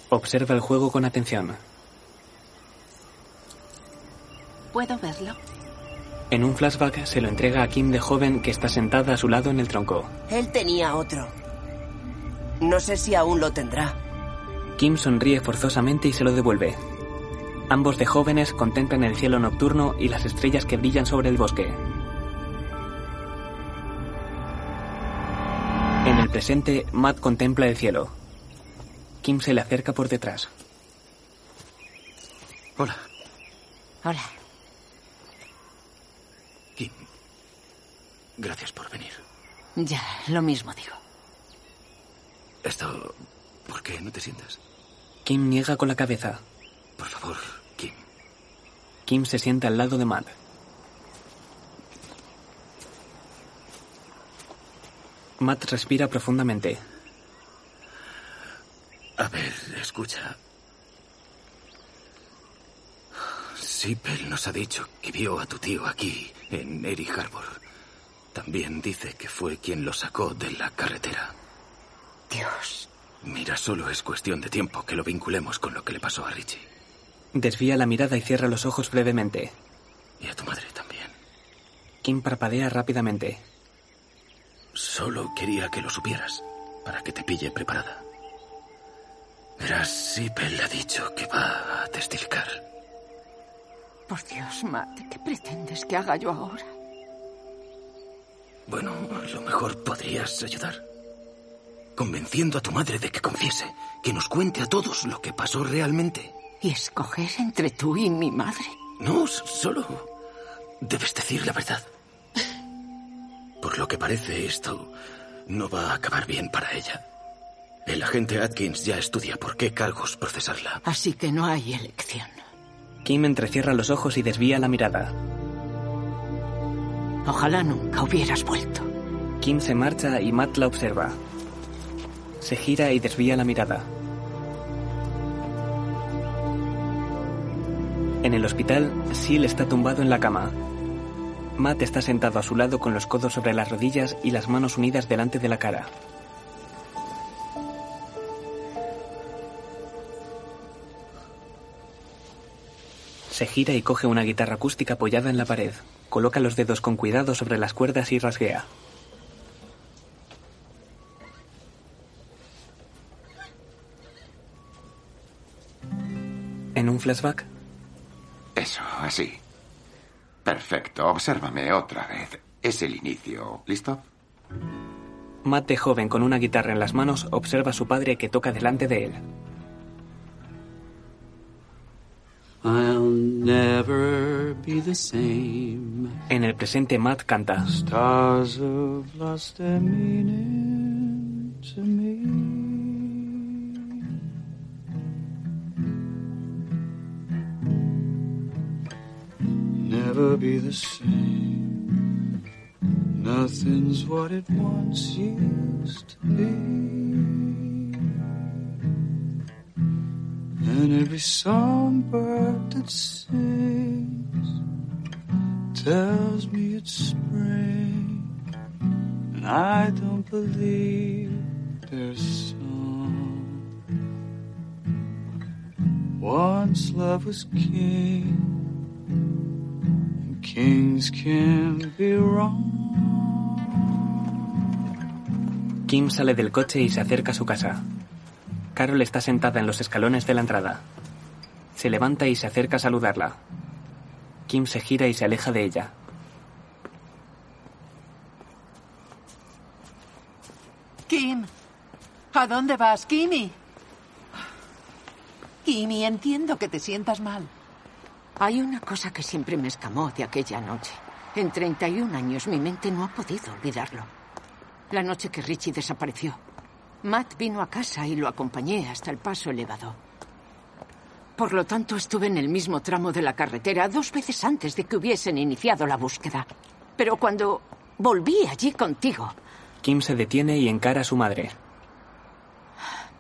S1: Observa el juego con atención.
S18: ¿Puedo verlo?
S1: En un flashback se lo entrega a Kim de joven que está sentada a su lado en el tronco.
S19: Él tenía otro. No sé si aún lo tendrá.
S1: Kim sonríe forzosamente y se lo devuelve. Ambos de jóvenes contemplan el cielo nocturno y las estrellas que brillan sobre el bosque. En el presente, Matt contempla el cielo. Kim se le acerca por detrás.
S7: Hola,
S18: Hola.
S7: Kim. Gracias por venir.
S18: Ya, lo mismo digo.
S7: Esto... ¿Por qué no te sientas?
S1: Kim niega con la cabeza.
S7: Por favor, Kim.
S1: Kim se sienta al lado de Matt. Matt respira profundamente.
S7: A ver, escucha. Sipel nos ha dicho que vio a tu tío aquí, en Eri Harbor. También dice que fue quien lo sacó de la carretera.
S18: Dios.
S7: Mira, solo es cuestión de tiempo que lo vinculemos con lo que le pasó a Richie.
S1: Desvía la mirada y cierra los ojos brevemente.
S7: Y a tu madre también.
S1: Kim parpadea rápidamente.
S7: Solo quería que lo supieras, para que te pille preparada. Verás, Sipel ha dicho que va a testificar.
S18: Por Dios, Matt, ¿qué pretendes que haga yo ahora?
S7: Bueno, a lo mejor podrías ayudar. Convenciendo a tu madre de que confiese, que nos cuente a todos lo que pasó realmente.
S18: ¿Y escoger entre tú y mi madre?
S7: No, s- solo debes decir la verdad. Por lo que parece, esto no va a acabar bien para ella. El agente Atkins ya estudia por qué cargos procesarla.
S18: Así que no hay elección.
S1: Kim entrecierra los ojos y desvía la mirada.
S18: Ojalá nunca hubieras vuelto.
S1: Kim se marcha y Matt la observa. Se gira y desvía la mirada. En el hospital, Seal está tumbado en la cama. Matt está sentado a su lado con los codos sobre las rodillas y las manos unidas delante de la cara. Se gira y coge una guitarra acústica apoyada en la pared. Coloca los dedos con cuidado sobre las cuerdas y rasguea. En un flashback,
S15: Eso, así. Perfecto, obsérvame otra vez. Es el inicio. ¿Listo?
S1: Matt de joven con una guitarra en las manos observa a su padre que toca delante de él.
S20: I'll never be the same.
S1: En el presente Matt canta.
S20: Stars have lost their meaning to me. Never be the same. Nothing's what it once used to be. And every songbird that sings tells me it's spring. And I don't believe their song. Once love was king, and kings can be wrong.
S1: Kim sale del coche y se acerca a su casa. Carol está sentada en los escalones de la entrada. Se levanta y se acerca a saludarla. Kim se gira y se aleja de ella.
S18: Kim, ¿a dónde vas, Kimi?
S10: Kimi, entiendo que te sientas mal.
S5: Hay una cosa que siempre me escamó de aquella noche. En 31 años mi mente no ha podido olvidarlo. La noche que Richie desapareció. Matt vino a casa y lo acompañé hasta el paso elevado. Por lo tanto, estuve en el mismo tramo de la carretera dos veces antes de que hubiesen iniciado la búsqueda. Pero cuando volví allí contigo,
S1: Kim se detiene y encara a su madre.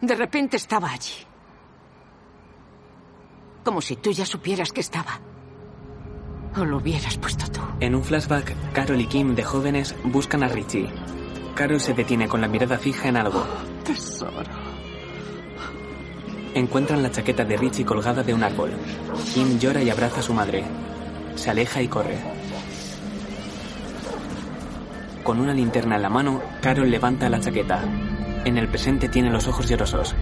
S5: de repente estaba allí. Como si tú ya supieras que estaba. O lo hubieras puesto tú.
S1: En un flashback, Carol y Kim de jóvenes buscan a Richie. Carol se detiene con la mirada fija en algo.
S10: Tesoro.
S1: Encuentran la chaqueta de Richie colgada de un árbol. Kim llora y abraza a su madre. Se aleja y corre. Con una linterna en la mano, Carol levanta la chaqueta. En el presente tiene los ojos llorosos.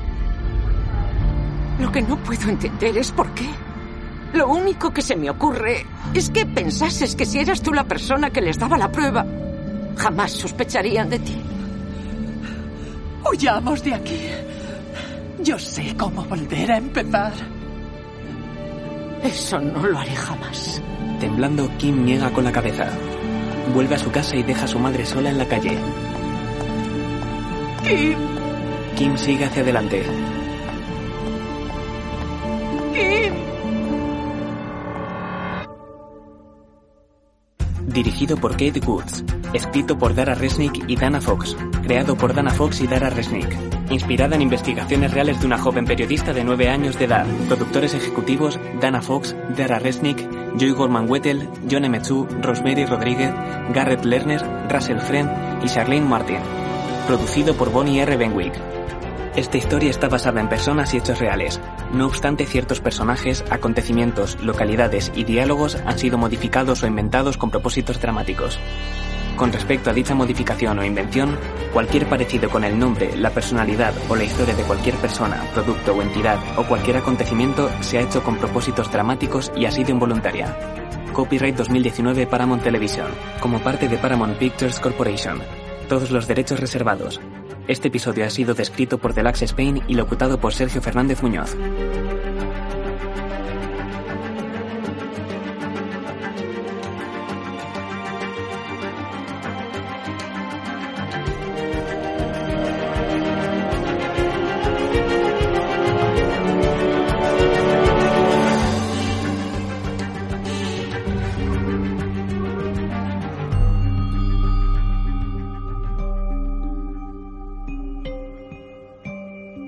S5: Lo que no puedo entender es por qué. Lo único que se me ocurre es que pensases que si eras tú la persona que les daba la prueba, jamás sospecharían de ti.
S10: Huyamos de aquí. Yo sé cómo volver a empezar.
S5: Eso no lo haré jamás.
S1: Temblando, Kim niega con la cabeza. Vuelve a su casa y deja a su madre sola en la calle.
S10: Kim,
S1: Kim sigue hacia adelante.
S10: Kim.
S1: Dirigido por Kate Woods. Escrito por Dara Resnick y Dana Fox. Creado por Dana Fox y Dara Resnick. Inspirada en investigaciones reales de una joven periodista de 9 años de edad. Productores ejecutivos Dana Fox, Dara Resnick, Joy Gorman Wettel, John Metsu, Rosemary Rodríguez, Garrett Lerner, Russell Friend y Charlene Martin. Producido por Bonnie R. Benwick. Esta historia está basada en personas y hechos reales. No obstante, ciertos personajes, acontecimientos, localidades y diálogos han sido modificados o inventados con propósitos dramáticos. Con respecto a dicha modificación o invención, cualquier parecido con el nombre, la personalidad o la historia de cualquier persona, producto o entidad o cualquier acontecimiento se ha hecho con propósitos dramáticos y ha sido involuntaria. Copyright 2019 Paramount Television, como parte de Paramount Pictures Corporation. Todos los derechos reservados. Este episodio ha sido descrito por Deluxe Spain y locutado por Sergio Fernández Muñoz.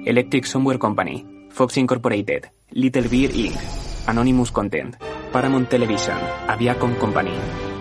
S1: Electric Software Company, Fox Incorporated, Little Beer Inc., Anonymous Content, Paramount Television, Aviacom Company,